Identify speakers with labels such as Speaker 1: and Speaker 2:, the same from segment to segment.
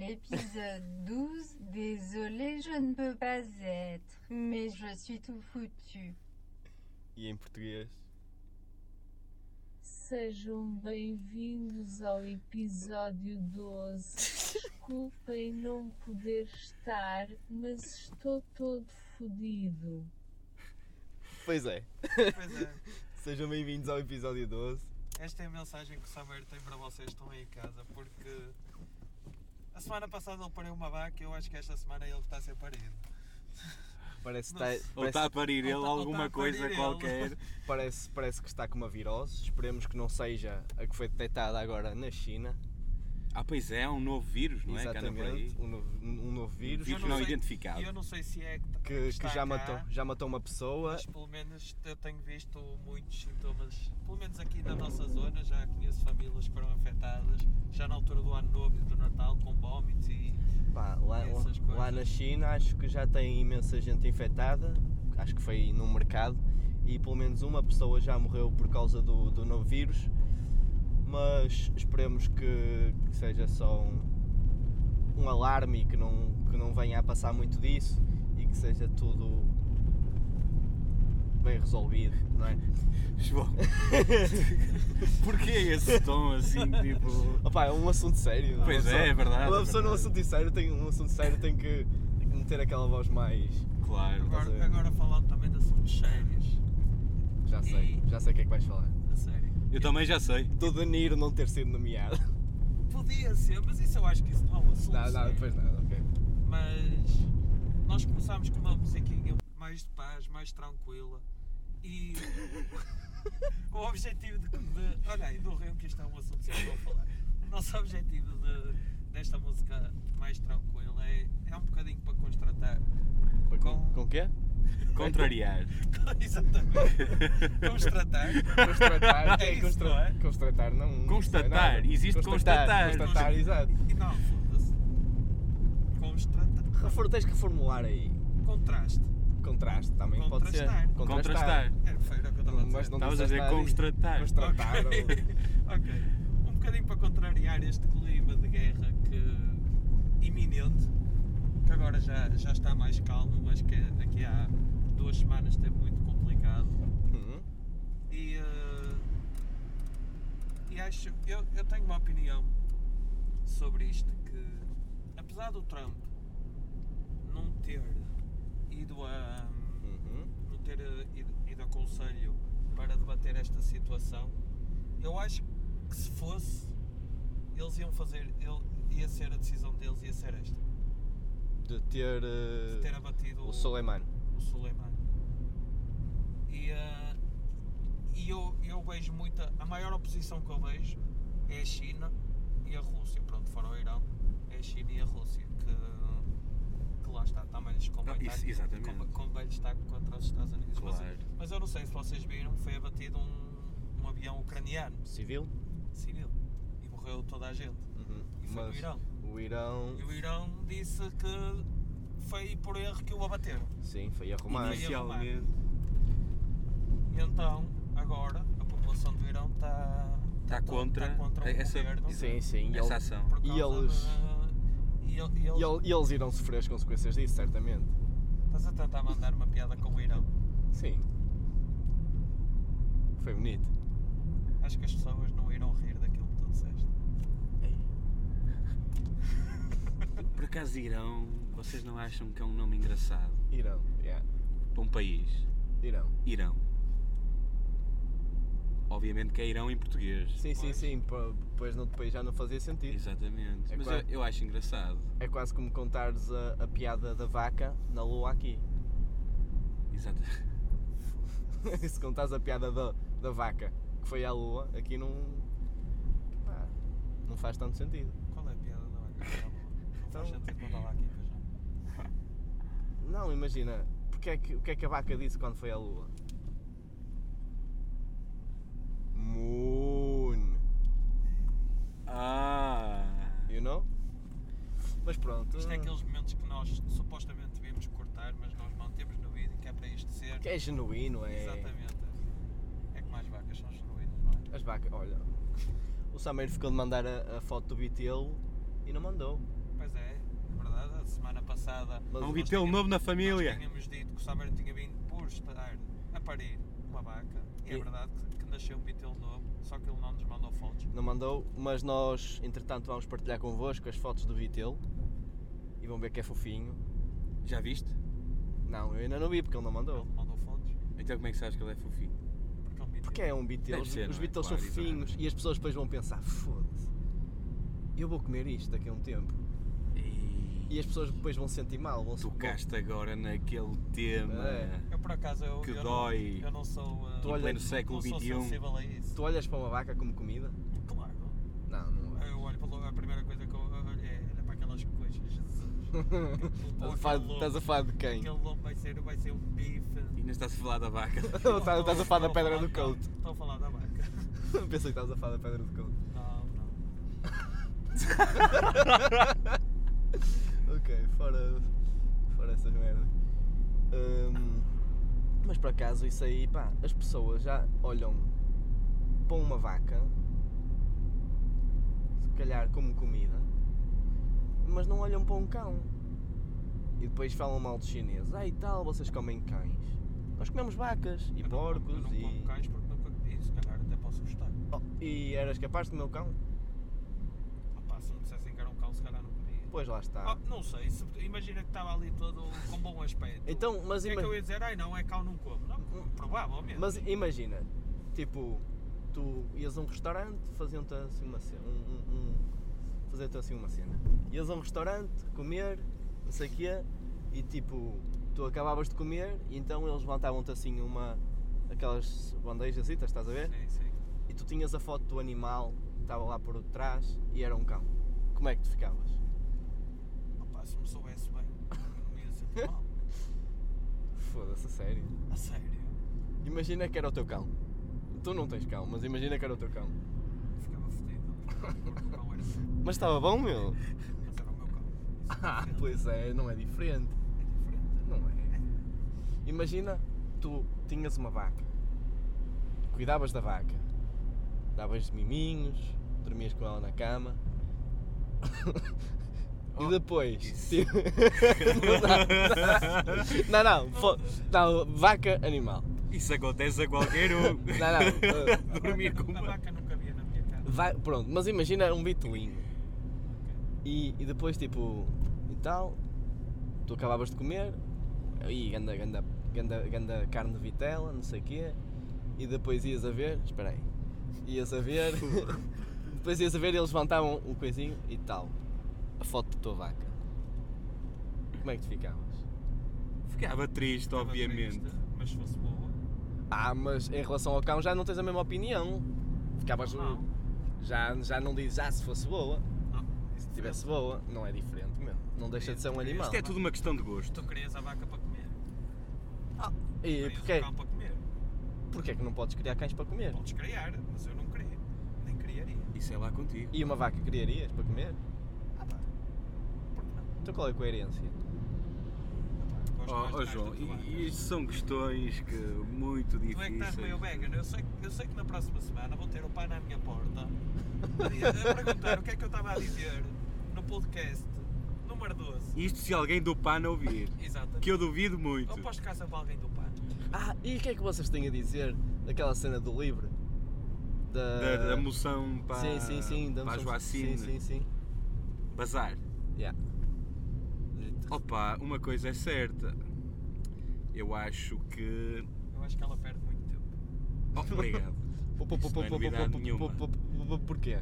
Speaker 1: l'épisode 12. Désolée, je ne peux pas être, mais je suis tout foutu.
Speaker 2: E em português.
Speaker 3: Sejam bem-vindos ao episódio 12. Desculpem não poder estar, mas estou todo fodido.
Speaker 2: Pois é.
Speaker 4: Pois é,
Speaker 2: Sejam bem-vindos ao episódio 12.
Speaker 4: esta é a mensagem que o Samuel tem para vocês que estão aí em casa, porque a semana passada ele pariu uma vaca e eu acho que esta semana ele está a ser parido.
Speaker 2: Parece, que
Speaker 4: Não
Speaker 2: tá-
Speaker 4: sei.
Speaker 5: Ou está a parir
Speaker 4: Ou
Speaker 5: ele
Speaker 4: tá- ou tá
Speaker 5: alguma
Speaker 4: a
Speaker 5: coisa
Speaker 4: parir ele.
Speaker 5: qualquer.
Speaker 2: parece, parece que está com uma virose. Esperemos que não seja a que foi detectada agora na China.
Speaker 5: Ah, pois é, é um novo vírus, não é? Que anda por aí.
Speaker 2: Exatamente. Um novo, um novo vírus
Speaker 5: Vírus
Speaker 4: Eu
Speaker 5: não
Speaker 4: sei-
Speaker 5: identificado.
Speaker 4: E eu não sei se é que,
Speaker 2: que, que
Speaker 4: está
Speaker 2: já,
Speaker 4: cá,
Speaker 2: matou, já matou uma pessoa.
Speaker 4: Mas pelo menos eu tenho visto muitos sintomas, pelo menos aqui na nossa zona, já conheço famílias que foram afetadas, já na altura do ano novo e do Natal, com vómitos e.
Speaker 2: Pá, lá,
Speaker 4: Essas coisas.
Speaker 2: lá na China acho que já tem imensa gente infectada, acho que foi num mercado, e pelo menos uma pessoa já morreu por causa do, do novo vírus, mas esperemos que, que seja só um, um alarme e que não, que não venha a passar muito disso e que seja tudo bem resolvido, não é?
Speaker 5: João, porquê esse tom assim, tipo.
Speaker 2: Opa, é um assunto sério.
Speaker 5: Pois
Speaker 2: Uma
Speaker 5: é,
Speaker 2: pessoa-
Speaker 5: é verdade,
Speaker 2: Uma
Speaker 5: é
Speaker 2: pessoa num
Speaker 5: verdade.
Speaker 2: assunto sério tem, um assunto sério tem que, tem que meter aquela voz mais.
Speaker 5: Claro.
Speaker 2: Estás a ver?
Speaker 4: Agora, agora falando também de assuntos sérios.
Speaker 2: Já sei, já sei o que é que vais falar.
Speaker 4: A sério.
Speaker 5: Eu também já sei.
Speaker 2: Do Danilo não ter sido nomeado.
Speaker 4: Podia ser, mas isso eu acho que isso não é um assunto.
Speaker 2: Não, não,
Speaker 4: sério.
Speaker 2: depois nada, ok.
Speaker 4: mas nós começámos com uma musiquinha mais de paz, mais tranquila e o objetivo de, de olha aí, não riam que isto é um assunto que eu vou falar o nosso objetivo de- desta música mais tranquila é, é um bocadinho para constatar
Speaker 2: Com, com quê?
Speaker 5: Contrariar.
Speaker 4: exatamente constatar
Speaker 2: Constatar,
Speaker 4: É
Speaker 2: é,
Speaker 4: isso,
Speaker 2: constra-
Speaker 4: não é?
Speaker 2: Constatar, não.
Speaker 5: Constatar,
Speaker 2: não é nada.
Speaker 5: existe constatar.
Speaker 2: Constatar, exato.
Speaker 4: e não, foda-se constatar
Speaker 2: Refor- Tens que reformular aí.
Speaker 4: contraste
Speaker 2: Contraste também pode ser.
Speaker 4: Contrastar.
Speaker 5: Contrastar.
Speaker 2: é
Speaker 4: era feio o que eu estava a dizer
Speaker 2: Mas não
Speaker 5: Estavas a
Speaker 2: disseste
Speaker 5: dizer
Speaker 2: nada disso.
Speaker 5: constratar.
Speaker 2: Constratar.
Speaker 4: Ok. ok. Um bocadinho para contrariar este clima de guerra que iminente, que agora já, já está mais calmo, mas que aqui há duas semanas esteve muito complicado.
Speaker 2: Hum,
Speaker 4: E, eh, e acho, eu, eu tenho uma opinião sobre isto que apesar do Trump não ter ido a
Speaker 2: uhum.
Speaker 4: não ter eh, ido, ido ao Conselho para debater esta situação, eu acho que se fosse, eles iam fazer, ele, ia ser a decisão deles, ia ser esta,
Speaker 2: De ter.
Speaker 4: de
Speaker 2: eh,
Speaker 4: ter abatido
Speaker 2: o Soleimano.
Speaker 4: o Soleimani. E, eh, e eu, eu vejo muita, a maior oposição que eu vejo é a China e a Rússia, pronto, fora o Irão, é a China e a Rússia, que, que lá está, também lhes convém,
Speaker 5: Ah, isso,
Speaker 4: estar-
Speaker 5: exatamente.
Speaker 4: convém- convém lhes estar contra os Estados Unidos. Mas-
Speaker 5: Claro.
Speaker 4: mas eu não sei se vocês viram, foi abatido um, um avião ucraniano,
Speaker 2: Civil.
Speaker 4: civil, e morreu toda a gente.
Speaker 2: Uhum.
Speaker 4: E foi no
Speaker 2: Mas
Speaker 4: Irão.
Speaker 2: o Irão.
Speaker 4: E o Irão disse que foi por erro que o abateram.
Speaker 2: Sim, foi arrumado.
Speaker 4: Inicial.
Speaker 5: Inicialmente.
Speaker 4: E então, agora, a população tá do Irão está
Speaker 5: Está Tá contra
Speaker 4: contra o
Speaker 5: essa-
Speaker 4: governo.
Speaker 2: Sim, sim. E,
Speaker 5: Essa
Speaker 2: ele-
Speaker 5: ação.
Speaker 4: Por
Speaker 2: E
Speaker 4: causa
Speaker 2: eles-
Speaker 4: de- e ele- e eles-
Speaker 2: e ele- e eles irão sofrer as consequências disso, certamente.
Speaker 4: Estás a tentar mandar uma piada com o Irão.
Speaker 2: Sim. Foi bonito.
Speaker 4: Acho que as pessoas não irão rir daquilo que tu disseste.
Speaker 5: Por acaso Irão, vocês não acham que é um nome engraçado
Speaker 2: Irão, yeah.
Speaker 5: para um país?
Speaker 2: Irão.
Speaker 5: Irão. Obviamente que é Irão em português.
Speaker 2: Sim, sim,
Speaker 4: Pois.
Speaker 2: sim. pa- Pois no outro país já não fazia sentido.
Speaker 5: Exatamente.
Speaker 2: É
Speaker 5: Mas
Speaker 2: claro.
Speaker 5: eu, eu acho engraçado.
Speaker 2: É quase como contares a, a piada da vaca na lua aqui.
Speaker 5: Exato.
Speaker 2: Se contares a piada da, da vaca que foi à lua, aqui não. pá, não faz tanto sentido.
Speaker 4: Qual é a piada da vaca? Não faz
Speaker 2: Então-
Speaker 4: sentido mandar lá aqui para já.
Speaker 2: Não, imagina. Porque é que, o que é que a vaca disse quando foi à lua? Moon.
Speaker 5: Ah!
Speaker 2: You know? Mas pronto.
Speaker 4: Isto é aqueles momentos que nós supostamente devíamos cortar, mas nós mantemos no vídeo que é para isto ser.
Speaker 2: Que é genuíno, é.
Speaker 4: Exatamente. É que mais vacas são genuínas, não é?
Speaker 2: As vacas, olha. O Sameiro ficou de mandar a, a foto do Bitelo e não mandou.
Speaker 4: Pois é, semana passada.
Speaker 2: Mas
Speaker 5: Há
Speaker 2: nós
Speaker 5: um bitelo novo na
Speaker 4: Nós
Speaker 5: família.
Speaker 4: tínhamos dito que o Summer tinha vindo por estar a parir uma vaca. E é
Speaker 2: E-
Speaker 4: verdade que, que nasceu um bitelo novo, só que ele não nos mandou fotos.
Speaker 2: Não mandou, mas nós, entretanto, vamos partilhar convosco as fotos do Vitelo e vão ver que é fofinho.
Speaker 5: Já viste?
Speaker 2: Não, eu ainda não vi porque ele não mandou.
Speaker 4: Ele mandou fotos.
Speaker 5: Então como é que sabes que ele é fofinho?
Speaker 4: Porque é um bitelo.
Speaker 2: Porque é um Beatle,
Speaker 5: Deve
Speaker 2: os,
Speaker 5: ser, não
Speaker 2: os
Speaker 5: é?
Speaker 2: Beatles
Speaker 5: Claro,
Speaker 2: são fofinhos e as pessoas depois vão pensar, foda-se, eu vou comer isto daqui a um tempo. E
Speaker 5: E
Speaker 2: as pessoas depois vão se sentir mal, vão se
Speaker 5: tocaste agora naquele tema.
Speaker 2: É.
Speaker 4: Eu por acaso eu,
Speaker 5: Que
Speaker 4: eu,
Speaker 5: dói.
Speaker 4: Não, eu não sou. ah,
Speaker 2: Tu
Speaker 5: Em
Speaker 2: olha-
Speaker 5: pleno século
Speaker 4: não sou
Speaker 5: XXI.
Speaker 4: sensível a isso.
Speaker 2: Tu olhas para uma vaca como comida?
Speaker 4: Claro.
Speaker 2: Não, não é.
Speaker 4: Eu olho para lo- a primeira coisa que eu olho é olha para aquelas coisas. Jesus.
Speaker 2: Estás a
Speaker 4: Aquele
Speaker 2: falar,
Speaker 4: lobo-
Speaker 2: estás a falar de quem?
Speaker 4: Aquele lobo vai ser, vai ser um bife.
Speaker 5: E não está-se a falar da vaca.
Speaker 2: Não, estás- estás a falar da
Speaker 4: Estou
Speaker 2: pedra do
Speaker 4: falar-
Speaker 2: couto.
Speaker 4: Estou a falar da vaca.
Speaker 2: Pensei que estavas a falar da pedra do couto.
Speaker 4: Não, não.
Speaker 2: Ok, fora, fora essas merdas. Hum, mas por acaso isso aí, pá, as pessoas já olham para uma vaca, se calhar como comida, mas não olham para um cão. E depois falam mal dos chineses. Ah e tal, vocês comem cães. Nós comemos vacas e
Speaker 4: Então, Eu não como-
Speaker 2: porcos
Speaker 4: eu não como
Speaker 2: e.
Speaker 4: cães porque nunca. E se calhar até posso gostar.
Speaker 2: Oh, e eras capaz do meu cão?
Speaker 4: Ah, pá, se me dissessem que era um cão, se calhar não comia.
Speaker 2: Pois lá está.
Speaker 4: Ah, não sei, se- imagina que estava ali todo com bom aspecto.
Speaker 2: Então,
Speaker 4: o
Speaker 2: mas
Speaker 4: que é
Speaker 2: ima- Hum.
Speaker 4: que eu ia dizer? Ai não, é cão, não como. Não, provavelmente.
Speaker 2: Mas imagina, tipo, tu ias a um restaurante, faziam-te assim uma cena. Um, um, um- faziam-te assim uma cena. Ias a um restaurante, comer, não sei o quê, e tipo, tu acabavas de comer, e então eles levantavam-te assim uma. aquelas bandejas, assim, estás a ver?
Speaker 4: Sim, sim.
Speaker 2: E tu tinhas a foto do animal que estava lá por trás e era um cão. Como é que tu ficavas?
Speaker 4: Ah, pá, se me soubesse bem, não ia sentir mal.
Speaker 2: Foda-se, a sério.
Speaker 4: A sério.
Speaker 2: Imagina que era o teu cão. Tu não tens cão, mas imagina que era o teu cão.
Speaker 4: Eu Ficava fodido. Porque o cão era meu.
Speaker 2: Mas estava bom, meu?
Speaker 4: Mas era o meu cão. Isso é
Speaker 2: Ah,
Speaker 4: diferente.
Speaker 2: pois é, não é diferente.
Speaker 4: É diferente.
Speaker 2: Não é. Imagina, tu tinhas uma vaca, cuidavas da vaca, davas miminhos, dormias com ela na cama. E depois.
Speaker 5: isso.
Speaker 2: não, não, fo- não, vaca animal.
Speaker 5: Isso acontece a qualquer um.
Speaker 2: Não, não. eh,
Speaker 4: A
Speaker 5: Dormir
Speaker 4: vaca-
Speaker 5: com
Speaker 4: A
Speaker 5: uma-
Speaker 4: vaca nunca via na minha casa.
Speaker 2: vai- pronto, mas imagina um bitolinho. E, e depois, tipo, e tal, tu acabavas de comer, aí ganda, ganda, ganda, ganda carne de vitela, não sei o quê, e depois ias a ver, espera aí, ias a ver, depois ias a ver e eles levantavam o coisinho e tal, a foto da tua vaca. Como é que tu ficavas?
Speaker 5: Ficava triste,
Speaker 4: Estava
Speaker 5: obviamente.
Speaker 4: triste, Mas se fosse boa,
Speaker 2: Ah, mas em relação ao cão já não tens a mesma opinião. Ficavas.
Speaker 4: não.
Speaker 2: Já, já não dizes, ah, se fosse boa.
Speaker 4: Não.
Speaker 2: Se tivesse boa, não é diferente, meu. Não deixa de ser um animal.
Speaker 5: Isto é tudo uma questão de gosto.
Speaker 4: Tu querias a vaca para comer.
Speaker 2: E
Speaker 4: querias
Speaker 2: porquê,
Speaker 4: o cão para comer.
Speaker 2: porquê é que não podes criar cães para comer?
Speaker 4: Podes criar, mas eu não queria. Nem criaria.
Speaker 5: Isso é lá contigo.
Speaker 2: E uma vaca criarias para comer?
Speaker 4: Ah pá. Porque não?
Speaker 2: Então qual é a coerência?
Speaker 4: Ah, pá, gosto
Speaker 2: Oh,
Speaker 5: Ó
Speaker 4: mais
Speaker 5: ó,
Speaker 4: de cães
Speaker 5: Oh, João,
Speaker 4: do que de vacas.
Speaker 5: i-
Speaker 2: é
Speaker 5: isto são questões que muito
Speaker 4: Tu é que estás meio
Speaker 5: difíceis.
Speaker 4: vegan. Eu sei, que- eu sei que na próxima semana vou ter o pai na minha porta a, a perguntar o que é que eu estava a dizer no podcast número 12.
Speaker 5: Isto se alguém do PAN ouvir,
Speaker 4: Exatamente.
Speaker 5: que eu duvido
Speaker 4: eu
Speaker 5: muito.
Speaker 4: aposto que há sempre alguém do pai.
Speaker 2: Ah, e o que é que vocês têm a dizer daquela cena do livro? Da,
Speaker 5: Da, da moção para,
Speaker 2: Sim, sim, sim. Da
Speaker 5: para as
Speaker 2: moção-
Speaker 5: vacinas.
Speaker 2: Sim, sim, sim.
Speaker 5: Bazar.
Speaker 2: Yeah.
Speaker 5: Opa, uma coisa é certa. Eu acho que.
Speaker 4: Eu acho que ela perde muito tempo.
Speaker 5: Oh, obrigado.
Speaker 2: Pô, pô, pô,
Speaker 5: Isso não é
Speaker 2: pô, pô,
Speaker 5: novidade
Speaker 2: pô, pô,
Speaker 5: nenhuma.
Speaker 2: pô, pô, pô, Porquê?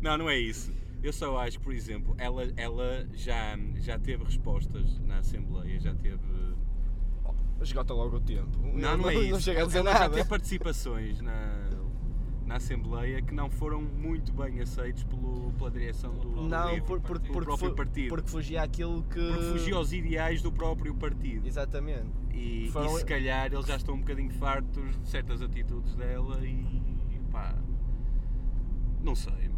Speaker 5: Não, não é isso. Eu só acho que, por exemplo, ela, ela já, já teve respostas na Assembleia, já teve.
Speaker 2: Esgota logo o tempo.
Speaker 5: Não, não é isso.
Speaker 2: Não chega a dizer
Speaker 5: ela já
Speaker 2: nada.
Speaker 5: teve participações na, na Assembleia que não foram muito bem aceitos pelo, pela direção do. do
Speaker 2: Não,
Speaker 5: livro,
Speaker 2: por, por,
Speaker 5: do
Speaker 2: porque,
Speaker 5: próprio
Speaker 2: fu-
Speaker 5: partido.
Speaker 2: porque fugia àquilo que.
Speaker 5: Porque fugiu aos ideais do próprio partido.
Speaker 2: Exatamente.
Speaker 5: E, e
Speaker 2: Foram-
Speaker 5: se calhar eles já estão um bocadinho fartos de certas atitudes dela e pá. Não sei.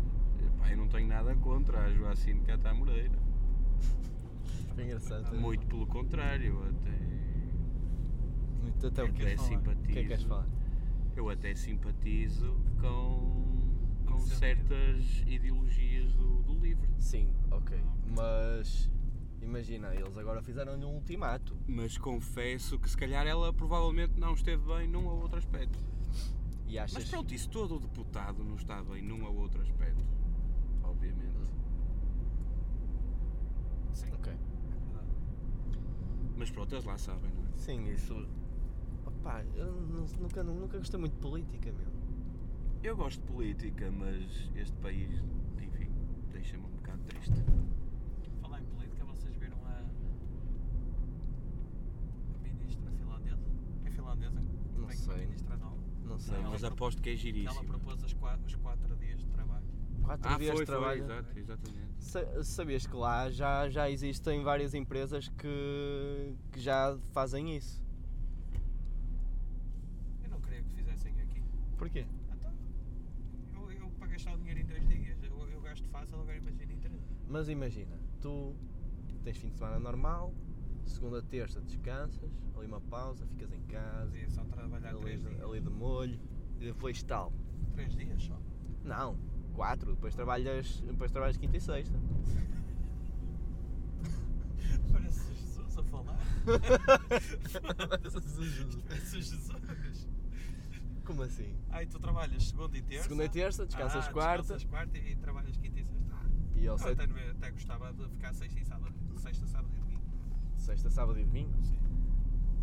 Speaker 5: Pá, eu não tenho nada contra a Joacine Cata Moreira.
Speaker 2: Foi engraçado.
Speaker 5: Muito pelo contrário, eu até. Então, é
Speaker 2: Muito
Speaker 5: até
Speaker 2: até Então, o é quê?
Speaker 4: falar?
Speaker 2: O
Speaker 5: simpatizo.
Speaker 2: que é que queres falar?
Speaker 5: Eu até simpatizo com.
Speaker 4: A
Speaker 5: representam
Speaker 4: sentido.
Speaker 5: certas ideologias do, do livro.
Speaker 2: Sim, ok. Mas imagina, eles agora fizeram-lhe um ultimato.
Speaker 5: Mas confesso que se calhar ela provavelmente não esteve bem num ou outro aspecto.
Speaker 2: E achas
Speaker 5: Mas pronto, isso todo o deputado não está bem num ou outro aspecto. Obviamente.
Speaker 4: Sim.
Speaker 2: Ok.
Speaker 4: é verdade.
Speaker 5: Mas pronto, eles lá sabem, não é?
Speaker 2: Sim, isso. Opá, eu nu- nunca, nunca gostei muito de política, meu.
Speaker 5: Eu gosto de política, mas este país, enfim, deixa-me um bocado triste.
Speaker 4: Falar em política, vocês viram a, a ministra finlandesa? É finlandesa?
Speaker 2: Não
Speaker 4: Tem uma
Speaker 2: sei.
Speaker 4: ministra nova.
Speaker 2: Não sei.
Speaker 5: Não, mas aposto que é
Speaker 4: Que Então, ela
Speaker 5: giríssimo.
Speaker 4: propôs as qua- os quatro dias de trabalho.
Speaker 2: Quatro
Speaker 5: Ah,
Speaker 2: dias
Speaker 5: foi,
Speaker 2: de trabalho.
Speaker 5: foi, exato, exatamente.
Speaker 2: Sa- Sabias que lá já, já existem várias empresas que, que já fazem isso.
Speaker 4: Eu não queria que fizessem aqui.
Speaker 2: Porquê?
Speaker 4: Então, eu, eu para gastar o dinheiro em dois dias, eu, eu gasto fácil, agora imagina em três.
Speaker 2: Mas imagina, tu tens fim de semana normal, segunda, terça descansas, ali uma pausa, ficas em casa,
Speaker 4: Fazia só trabalhar
Speaker 2: ali,
Speaker 4: três
Speaker 2: de-
Speaker 4: dias.
Speaker 2: ali de molho, e depois tal.
Speaker 4: Três dias só.
Speaker 2: Não, quatro, depois trabalhas, depois trabalhas quinta e sexta.
Speaker 4: Parece Jesus a falar. Parece Jesus.
Speaker 2: Como assim?
Speaker 4: Ai, tu trabalhas segunda e terça.
Speaker 2: Segunda e terça, descansas
Speaker 4: ah,
Speaker 2: quarta.
Speaker 4: Descansas quarta e trabalhas quinta e sexta. Ah,
Speaker 2: E ao
Speaker 4: eu
Speaker 2: sexta,
Speaker 4: até, até gostava de ficar sexta e sábado. Sexta, sábado e domingo.
Speaker 2: sexta, sábado e domingo?
Speaker 4: Sim.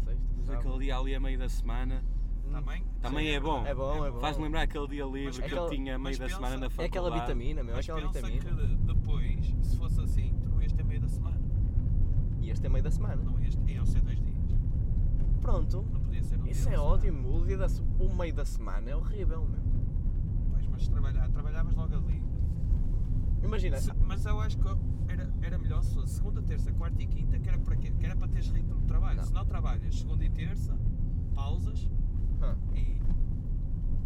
Speaker 4: é
Speaker 2: Sexta,
Speaker 5: Mas
Speaker 2: sábado.
Speaker 5: aquele dia ali a meio da semana
Speaker 2: Hum.
Speaker 4: Também?
Speaker 5: também é bom.
Speaker 2: É bom, é bom.
Speaker 5: Faz-me lembrar aquele dia livre
Speaker 4: Mas
Speaker 5: que eu
Speaker 2: aquela-
Speaker 5: tinha a meio
Speaker 4: mas
Speaker 5: da
Speaker 4: pensa-
Speaker 5: semana na
Speaker 2: É
Speaker 5: faculdade.
Speaker 2: aquela vitamina, meu, é
Speaker 4: Mas
Speaker 2: aquela
Speaker 4: pensa
Speaker 2: vitamina.
Speaker 4: que depois, se fosse assim, tu não ias ter meio da semana.
Speaker 2: E este é meio da semana.
Speaker 4: Não ias, iam ser dois dias.
Speaker 2: Pronto.
Speaker 4: Não podia ser
Speaker 2: Isso
Speaker 4: um dia
Speaker 2: é
Speaker 4: da semana.
Speaker 2: ótimo. O, dia da se- o meio da semana é horrível, meu.
Speaker 4: Pois, mas trabalhar, trabalhavas logo ali.
Speaker 2: Imagina,
Speaker 4: Se- Mas eu acho que era, era melhor se fosse segunda, terça, quarta e quinta, que era para quê? Que era para teres ritmo de trabalho.
Speaker 2: Não.
Speaker 4: Se não trabalhas segunda e terça, pausas
Speaker 2: Hã.
Speaker 4: e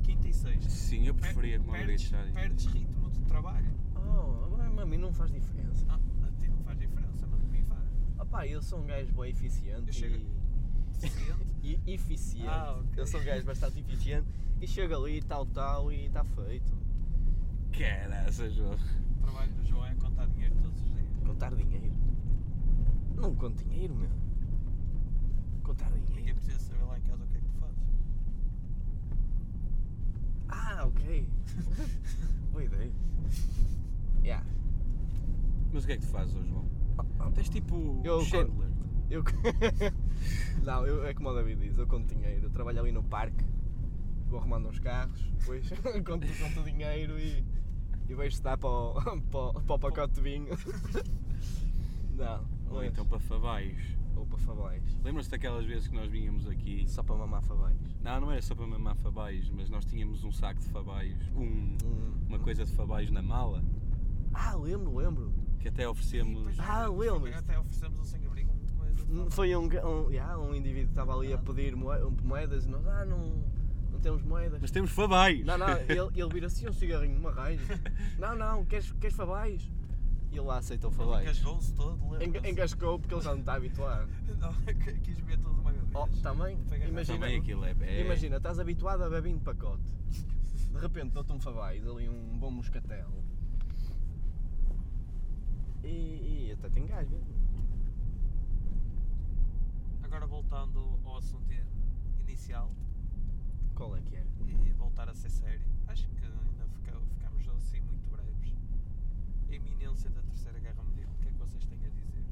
Speaker 4: quinta e sexta.
Speaker 5: Sim, eu preferia que uma
Speaker 4: perdes, perdes ritmo de trabalho.
Speaker 2: Oh, mas a mim não faz diferença.
Speaker 4: Ah, a ti não faz diferença, mas para mim faz.
Speaker 2: Opá, eu sou um gajo bem eficiente
Speaker 4: Eu chego- Sente.
Speaker 2: e, e eficiente.
Speaker 4: Ah, ok.
Speaker 2: Eu sou um gajo bastante eficiente e chego ali, tal, tal e está feito.
Speaker 5: Caraca, João.
Speaker 4: o trabalho do João é contar dinheiro todos os dias.
Speaker 2: Contar dinheiro. Não conto dinheiro, meu. Contar
Speaker 4: Ninguém
Speaker 2: dinheiro.
Speaker 4: precisa saber lá em casa o que é que tu fazes.
Speaker 2: Ah, ok. Boa ideia. Yeah.
Speaker 5: Mas o que é que tu fazes hoje, João? Tens tipo
Speaker 2: Eu-
Speaker 5: Chandler.
Speaker 2: Eu... não, eu, é como o David diz, eu conto dinheiro. Eu trabalho ali no parque, vou arrumando uns carros, depois conto, conto dinheiro e, e vejo se dá para o, para, o- para o pacote de vinho. não,
Speaker 5: Ou
Speaker 2: mas-
Speaker 5: então para Favais.
Speaker 2: ou para Fabais.
Speaker 5: Lembras-te daquelas vezes que nós vínhamos aqui?
Speaker 2: Só para mamar Fabais.
Speaker 5: Não, não era só para mamar Fabais, mas nós tínhamos um saco de Fabais, um-
Speaker 2: Hum.
Speaker 5: uma coisa de Fabais na mala,
Speaker 2: Ah, lembro, lembro.
Speaker 5: que até oferecemos.
Speaker 4: Pois é,
Speaker 2: Ah, lembro-me.
Speaker 4: Até oferecemos um sem-abrigo, uma coisa.
Speaker 2: Hum, Foi um, ga- um, yeah, um indivíduo que estava ali a pedir moe- um- moedas e nós, ah, não, não temos moedas.
Speaker 5: Mas temos Fabais!
Speaker 2: Não, não, ele, ele vira assim um cigarrinho, uma raiz. Não, não, queres, queres Fabais? E ele lá aceitou
Speaker 4: Ele
Speaker 2: Fabais.
Speaker 4: Engasgou-se todo,
Speaker 2: Enga-
Speaker 4: lembra-se.
Speaker 2: Engascou porque ele já não está habituado.
Speaker 4: Não, é quis ver tudo de uma vez.
Speaker 2: Oh, também?
Speaker 4: Foi agarrar.
Speaker 2: Imagina,
Speaker 5: Também aquilo é. é-
Speaker 2: imagina, estás habituado a beber de pacote. De repente dou-te um Fabais, ali um bom moscatel. E, e até te engasga.
Speaker 4: Agora voltando ao assunto i- inicial
Speaker 2: Qual é que era?
Speaker 5: Uhum.
Speaker 4: e voltar a ser sério, acho que ainda fica- ficámos assim muito breves. A iminência da Terceira Guerra Mundial, o que é que vocês têm a dizer?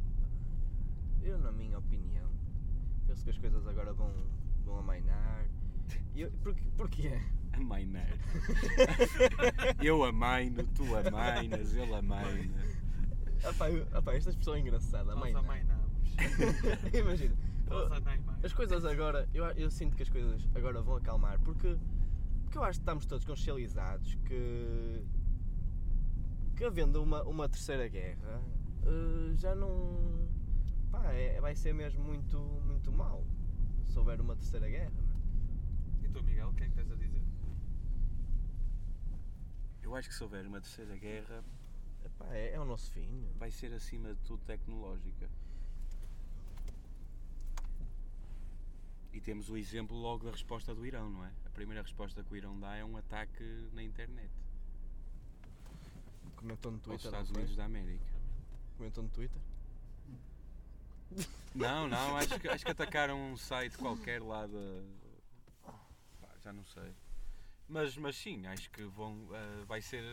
Speaker 2: Eu, na minha opinião, penso que as coisas agora vão, vão amainar. E Eu, porque, porque é?
Speaker 5: A mainar. eu amaino, tu amainas, ele amaina.
Speaker 2: Apá, eu- apá, esta expressão é engraçada.
Speaker 4: Nós
Speaker 2: amainar.
Speaker 4: amainámos.
Speaker 2: Imagina.
Speaker 4: Nós
Speaker 2: As
Speaker 4: amainámos.
Speaker 2: coisas agora, eu, eu sinto que as coisas agora vão acalmar, porque, porque eu acho que estamos todos consciencializados que, que havendo uma, uma terceira guerra, eh, já não. pá, é- vai ser mesmo muito, muito mal se houver uma terceira guerra. não é?
Speaker 4: E tu, Miguel, o que é que tens a dizer?
Speaker 5: Eu acho que se houver uma terceira guerra,
Speaker 2: Epá, é, é o nosso fim. meu.
Speaker 5: vai ser acima de tudo tecnológica. E temos o exemplo logo da resposta do Irão, não é? A primeira resposta que o Irão dá é um ataque na internet.
Speaker 2: Comentou no
Speaker 5: aos
Speaker 2: Twitter, não
Speaker 5: Estados
Speaker 2: foi?
Speaker 5: Unidos da América.
Speaker 2: Comentou no Twitter.
Speaker 5: Não, não, acho que, acho que atacaram um site qualquer lá da. Pá, já não sei. Mas, mas sim, acho que vão, ah, vai ser.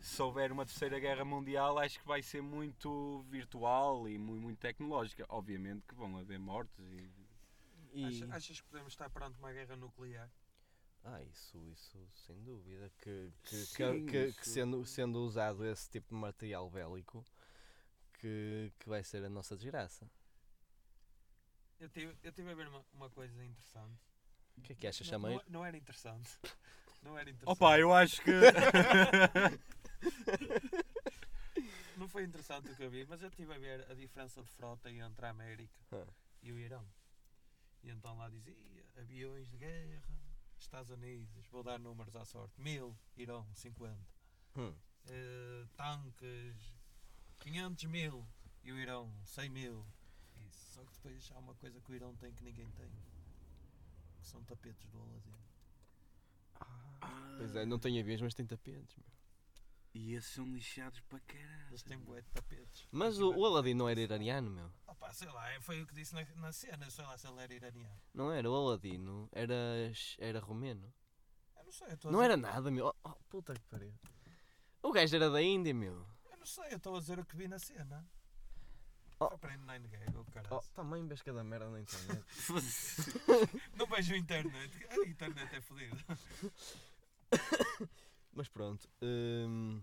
Speaker 5: Se houver uma terceira guerra mundial, acho que vai ser muito virtual e mu- muito, tecnológica. Obviamente que vão haver mortes e.
Speaker 2: E...
Speaker 4: Acha- Achas que podemos estar perante uma guerra nuclear?
Speaker 2: Ah, isso, isso sem dúvida. Que, que,
Speaker 5: Sim,
Speaker 2: que, que- que
Speaker 5: isso.
Speaker 2: sendo, sendo usado esse tipo de material bélico, que, que vai ser a nossa desgraça.
Speaker 4: Eu tive, eu tive a ver uma, uma coisa interessante.
Speaker 2: O que é que achas,
Speaker 4: Não- não,
Speaker 2: chameiro?
Speaker 4: não era interessante. Não era interessante.
Speaker 5: Opa, eu acho que.
Speaker 4: Não foi interessante o que eu vi, mas eu estive a ver a diferença de frota entre a América
Speaker 2: Ah.
Speaker 4: e o Irão. E então lá dizia aviões de guerra, Estados Unidos, vou dar números à sorte: mil, Irão, 50.
Speaker 2: Hum.
Speaker 4: Eh, tanques, 500 mil e o Irão, 100 mil. E só que depois há uma coisa que o Irão tem que ninguém tem: que são tapetes do Aladino.
Speaker 2: Pois é, não tem aviões, mas tem tapetes. meu.
Speaker 5: E esses são lixados para caralho.
Speaker 4: Eles têm bué de tapetes. Tipo,
Speaker 2: Mas o, o Aladdin não era iraniano, meu.
Speaker 4: Opa, sei lá, é, foi o que disse na, na cena, sei lá se ele era iraniano.
Speaker 2: Não era, o Aladino era, ch- era romeno.
Speaker 4: Eu não sei, eu estou a
Speaker 2: Não
Speaker 4: dizer-
Speaker 2: era nada, meu. Oh, oh, puta que pariu. O gajo era da Índia, meu.
Speaker 4: Eu não sei, eu estou a dizer o que vi na cena.
Speaker 2: Oh.
Speaker 4: Foi para a Nine Gag, oh, caralho.
Speaker 2: Oh, também vês cada merda na internet. Oh.
Speaker 4: Não vejo a internet, a internet é fodida.
Speaker 2: Mas pronto. hum,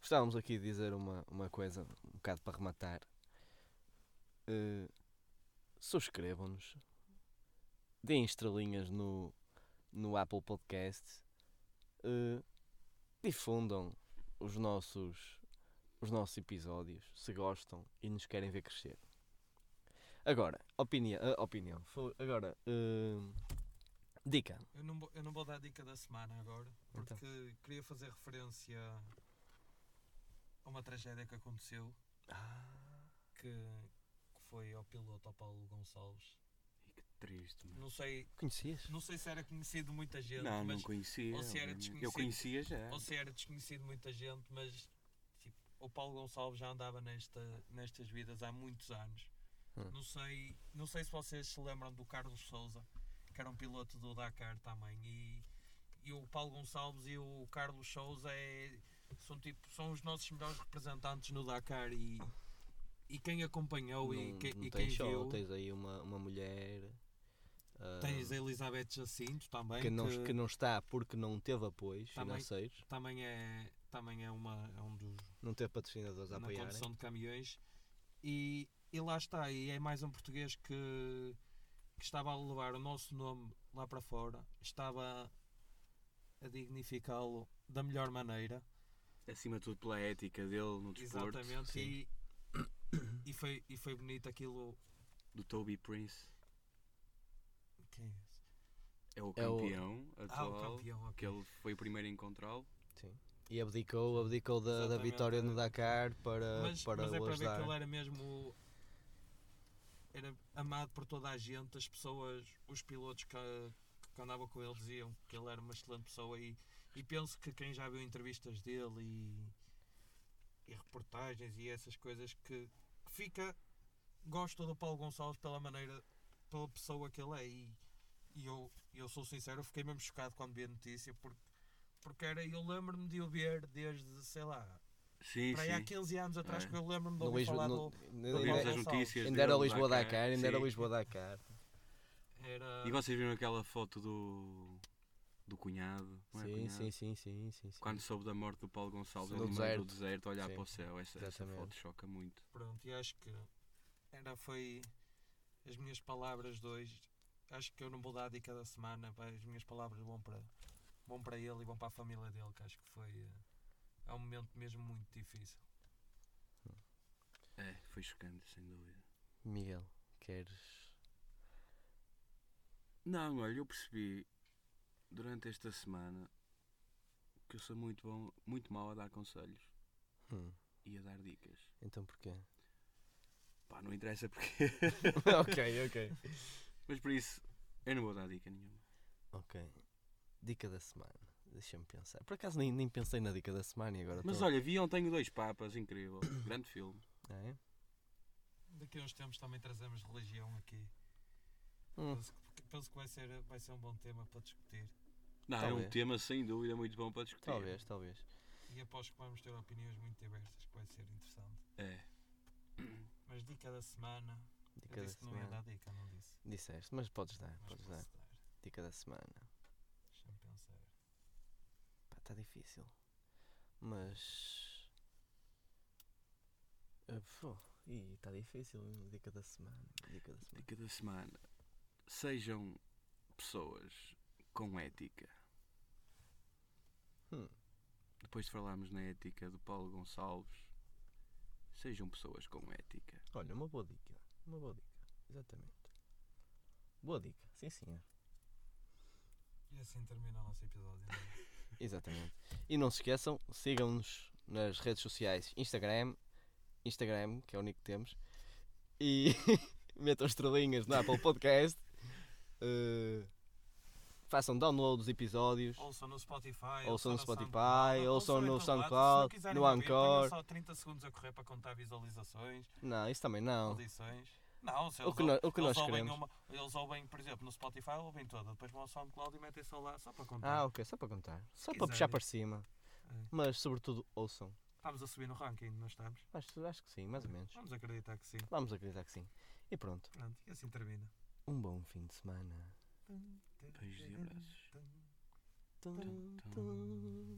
Speaker 2: gostávamos aqui de dizer uma, uma coisa, um bocado para rematar. Eh, Subscrevam-nos. Deem estrelinhas no, no Apple Podcast. Eh, difundam os nossos, os nossos episódios, se gostam e nos querem ver crescer. Agora, opinião. opinião. Fo- Agora, hum, dica.
Speaker 4: Eu não, vou, eu não vou dar a dica da semana agora, porque
Speaker 2: Então.
Speaker 4: queria fazer referência a uma tragédia que aconteceu, que, que foi ao piloto, ao Paulo Gonçalves.
Speaker 5: Que triste, mano.
Speaker 4: Não sei,
Speaker 2: Conhecias?
Speaker 4: não sei se era conhecido de muita gente,
Speaker 5: Não, não
Speaker 4: mas,
Speaker 5: conhecia.
Speaker 4: ou se era
Speaker 5: obviamente.
Speaker 4: desconhecido.
Speaker 5: Eu conhecia já.
Speaker 2: É.
Speaker 4: ou se era desconhecido de muita gente, mas tipo, o Paulo Gonçalves já andava nesta, nestas vidas há muitos anos.
Speaker 2: Hum.
Speaker 4: Não, sei, não sei se vocês se lembram do Carlos Souza, que era um piloto do Dakar também. E, e o Paulo Gonçalves e o Carlos Souza é- são, tipo, são os nossos melhores representantes no Dakar. E, e quem acompanhou e,
Speaker 2: não,
Speaker 4: que-
Speaker 2: não
Speaker 4: e quem
Speaker 2: tens só,
Speaker 4: viu.
Speaker 2: tens aí uma, uma mulher ah,
Speaker 4: Tens a Elizabeth Jacinto também.
Speaker 2: que, não, que não está porque não teve apoios
Speaker 4: Também-
Speaker 2: financeiros,
Speaker 4: também é, também é, uma, é um dos
Speaker 2: não teve patrocinadores a
Speaker 4: na
Speaker 2: apoiarem.
Speaker 4: condução de caminhões e, e lá está, e é mais um português que, que estava a levar o nosso nome lá para fora, estava a dignificá-lo da melhor maneira,
Speaker 5: Acima de tudo pela ética dele no desporto.
Speaker 4: exatamente,
Speaker 2: sim.
Speaker 4: e, e, foi, e foi bonito aquilo
Speaker 5: Do Toby Prince.
Speaker 4: quem é esse?
Speaker 5: É o
Speaker 2: É o-
Speaker 5: campeão
Speaker 4: Ah,
Speaker 5: atual.
Speaker 4: o campeão,
Speaker 5: Que
Speaker 4: ok.
Speaker 5: ele foi o primeiro a encontrá-lo.
Speaker 2: E abdicou, abdicou da, da
Speaker 4: Exatamente,
Speaker 2: vitória no
Speaker 4: é.
Speaker 2: Dakar para,
Speaker 4: mas,
Speaker 2: para
Speaker 4: mas é
Speaker 2: o
Speaker 4: para ver que ele
Speaker 2: ajudar.
Speaker 4: era mesmo era amado por toda a gente as pessoas, os pilotos que, que andavam com ele diziam que ele era uma excelente pessoa e, e penso que quem já viu entrevistas dele e, e reportagens e essas coisas que, que fica gosto do Paulo Gonçalves pela maneira pela pessoa que ele é e, e eu, eu sou sincero, eu fiquei mesmo chocado quando vi a notícia porque, porque era, eu lembro-me de o ver desde, sei lá,
Speaker 5: Sim,
Speaker 4: para aí há 15 anos atrás
Speaker 5: É.
Speaker 4: que eu lembro-me de
Speaker 2: No
Speaker 4: ouvir
Speaker 2: Lisbo-
Speaker 4: falar
Speaker 2: no-
Speaker 4: do...
Speaker 2: ainda-
Speaker 4: Paulo
Speaker 5: Ouvimos as
Speaker 4: Gonçalves.
Speaker 5: notícias
Speaker 2: Ainda era
Speaker 5: dele,
Speaker 2: Lisboa Dakar, ainda era
Speaker 5: sim.
Speaker 2: Lisboa Dakar.
Speaker 4: Era...
Speaker 5: E vocês viram aquela foto do. do cunhado? Não é
Speaker 2: Sim,
Speaker 5: cunhado?
Speaker 2: sim, sim, sim, sim, sim.
Speaker 5: Quando soube da morte do Paulo Gonçalves,
Speaker 2: Do
Speaker 5: ele no meio do
Speaker 2: deserto.
Speaker 5: deserto, olhar
Speaker 2: Sim,
Speaker 5: para o céu. Essa, essa
Speaker 2: exatamente.
Speaker 5: foto choca muito.
Speaker 4: Pronto, e acho que era, foi as minhas palavras de hoje. Acho que eu não vou dar a dica da semana, pá, as minhas palavras vão para, vão para ele e vão para a família dele, que acho que foi... eh, É um momento mesmo muito difícil.
Speaker 5: É, foi chocante, sem dúvida.
Speaker 2: Miguel, queres.
Speaker 5: Não, olha, eu percebi durante esta semana que eu sou muito bom, muito mau a dar conselhos
Speaker 2: Hum,
Speaker 5: e a dar dicas.
Speaker 2: então porquê?
Speaker 5: Pá, não interessa porque.
Speaker 2: ok, ok.
Speaker 5: Mas por isso, eu não vou dar dica nenhuma.
Speaker 2: Ok. Dica da semana. Deixa-me pensar. Por acaso nem, nem pensei na dica da semana e agora
Speaker 5: Mas
Speaker 2: estou-
Speaker 5: olha, vi ontem o Dois Papas, incrível. Grande filme.
Speaker 2: É?
Speaker 4: Daqui a uns tempos também trazemos religião aqui.
Speaker 2: Hum.
Speaker 4: Penso, que, penso que vai ser, vai ser um bom tema para discutir.
Speaker 5: Não, é um
Speaker 2: Talvez.
Speaker 5: tema sem dúvida muito bom para discutir.
Speaker 2: Talvez, talvez.
Speaker 4: E aposto que vamos ter opiniões muito diversas, que vai ser interessante.
Speaker 5: É.
Speaker 4: Mas dica da semana.
Speaker 2: Dica
Speaker 4: eu
Speaker 2: da
Speaker 4: disse que não ia
Speaker 2: semana.
Speaker 4: dar dica, não disse.
Speaker 2: Disseste, mas podes dar,
Speaker 4: Mas
Speaker 2: podes
Speaker 4: posso
Speaker 2: dar.
Speaker 4: dar.
Speaker 2: Dica da semana.
Speaker 4: Deixa-me pensar.
Speaker 2: Pá, está difícil. Mas. Ah, fô, Ih, está difícil. hein? Dica da semana. Dica da semana.
Speaker 5: Dica da semana. Sejam pessoas com ética.
Speaker 2: Hum.
Speaker 5: Depois de falarmos na ética do Paulo Gonçalves, sejam pessoas com ética.
Speaker 2: Olha, uma boa dica. Uma boa dica. Exatamente. Boa dica, sim senhor.
Speaker 4: E assim termina o nosso episódio. não é?
Speaker 2: Exatamente. E não se esqueçam, sigam-nos nas redes sociais, Instagram, Instagram, que é o único que temos, e metam estrelinhas no Apple Podcast. eh, façam download dos episódios.
Speaker 4: ouçam no Spotify.
Speaker 2: Ouçam no
Speaker 4: na
Speaker 2: Spotify,
Speaker 4: SoundCloud,
Speaker 2: ouçam
Speaker 4: em
Speaker 2: no
Speaker 4: todo lado.
Speaker 2: SoundCloud,
Speaker 4: Se não quiserem
Speaker 2: no
Speaker 4: ouvir, ponham
Speaker 2: Anchor.
Speaker 4: só 30 segundos a correr para contar visualizações,
Speaker 2: Não, isso também não.
Speaker 4: audições. Não, se
Speaker 2: O
Speaker 4: eles
Speaker 2: que nós- o que
Speaker 4: eles
Speaker 2: nós
Speaker 4: ouvem
Speaker 2: queremos.
Speaker 4: uma- eles ouvem, por exemplo, no Spotify ouvem toda, depois vão ao SoundCloud e metem só lá, só para contar.
Speaker 2: Ah, ok, só para contar. Só para
Speaker 4: quiserem.
Speaker 2: puxar para cima.
Speaker 4: É.
Speaker 2: Mas sobretudo ouçam.
Speaker 4: Estamos a subir no ranking, não estamos?
Speaker 2: Acho, acho que sim, mais ou menos.
Speaker 4: Vamos acreditar que sim.
Speaker 2: Vamos acreditar que sim. E pronto.
Speaker 4: Pronto, e assim termina.
Speaker 2: Um bom fim de semana.
Speaker 5: Beijos e abraços. Tum, tum.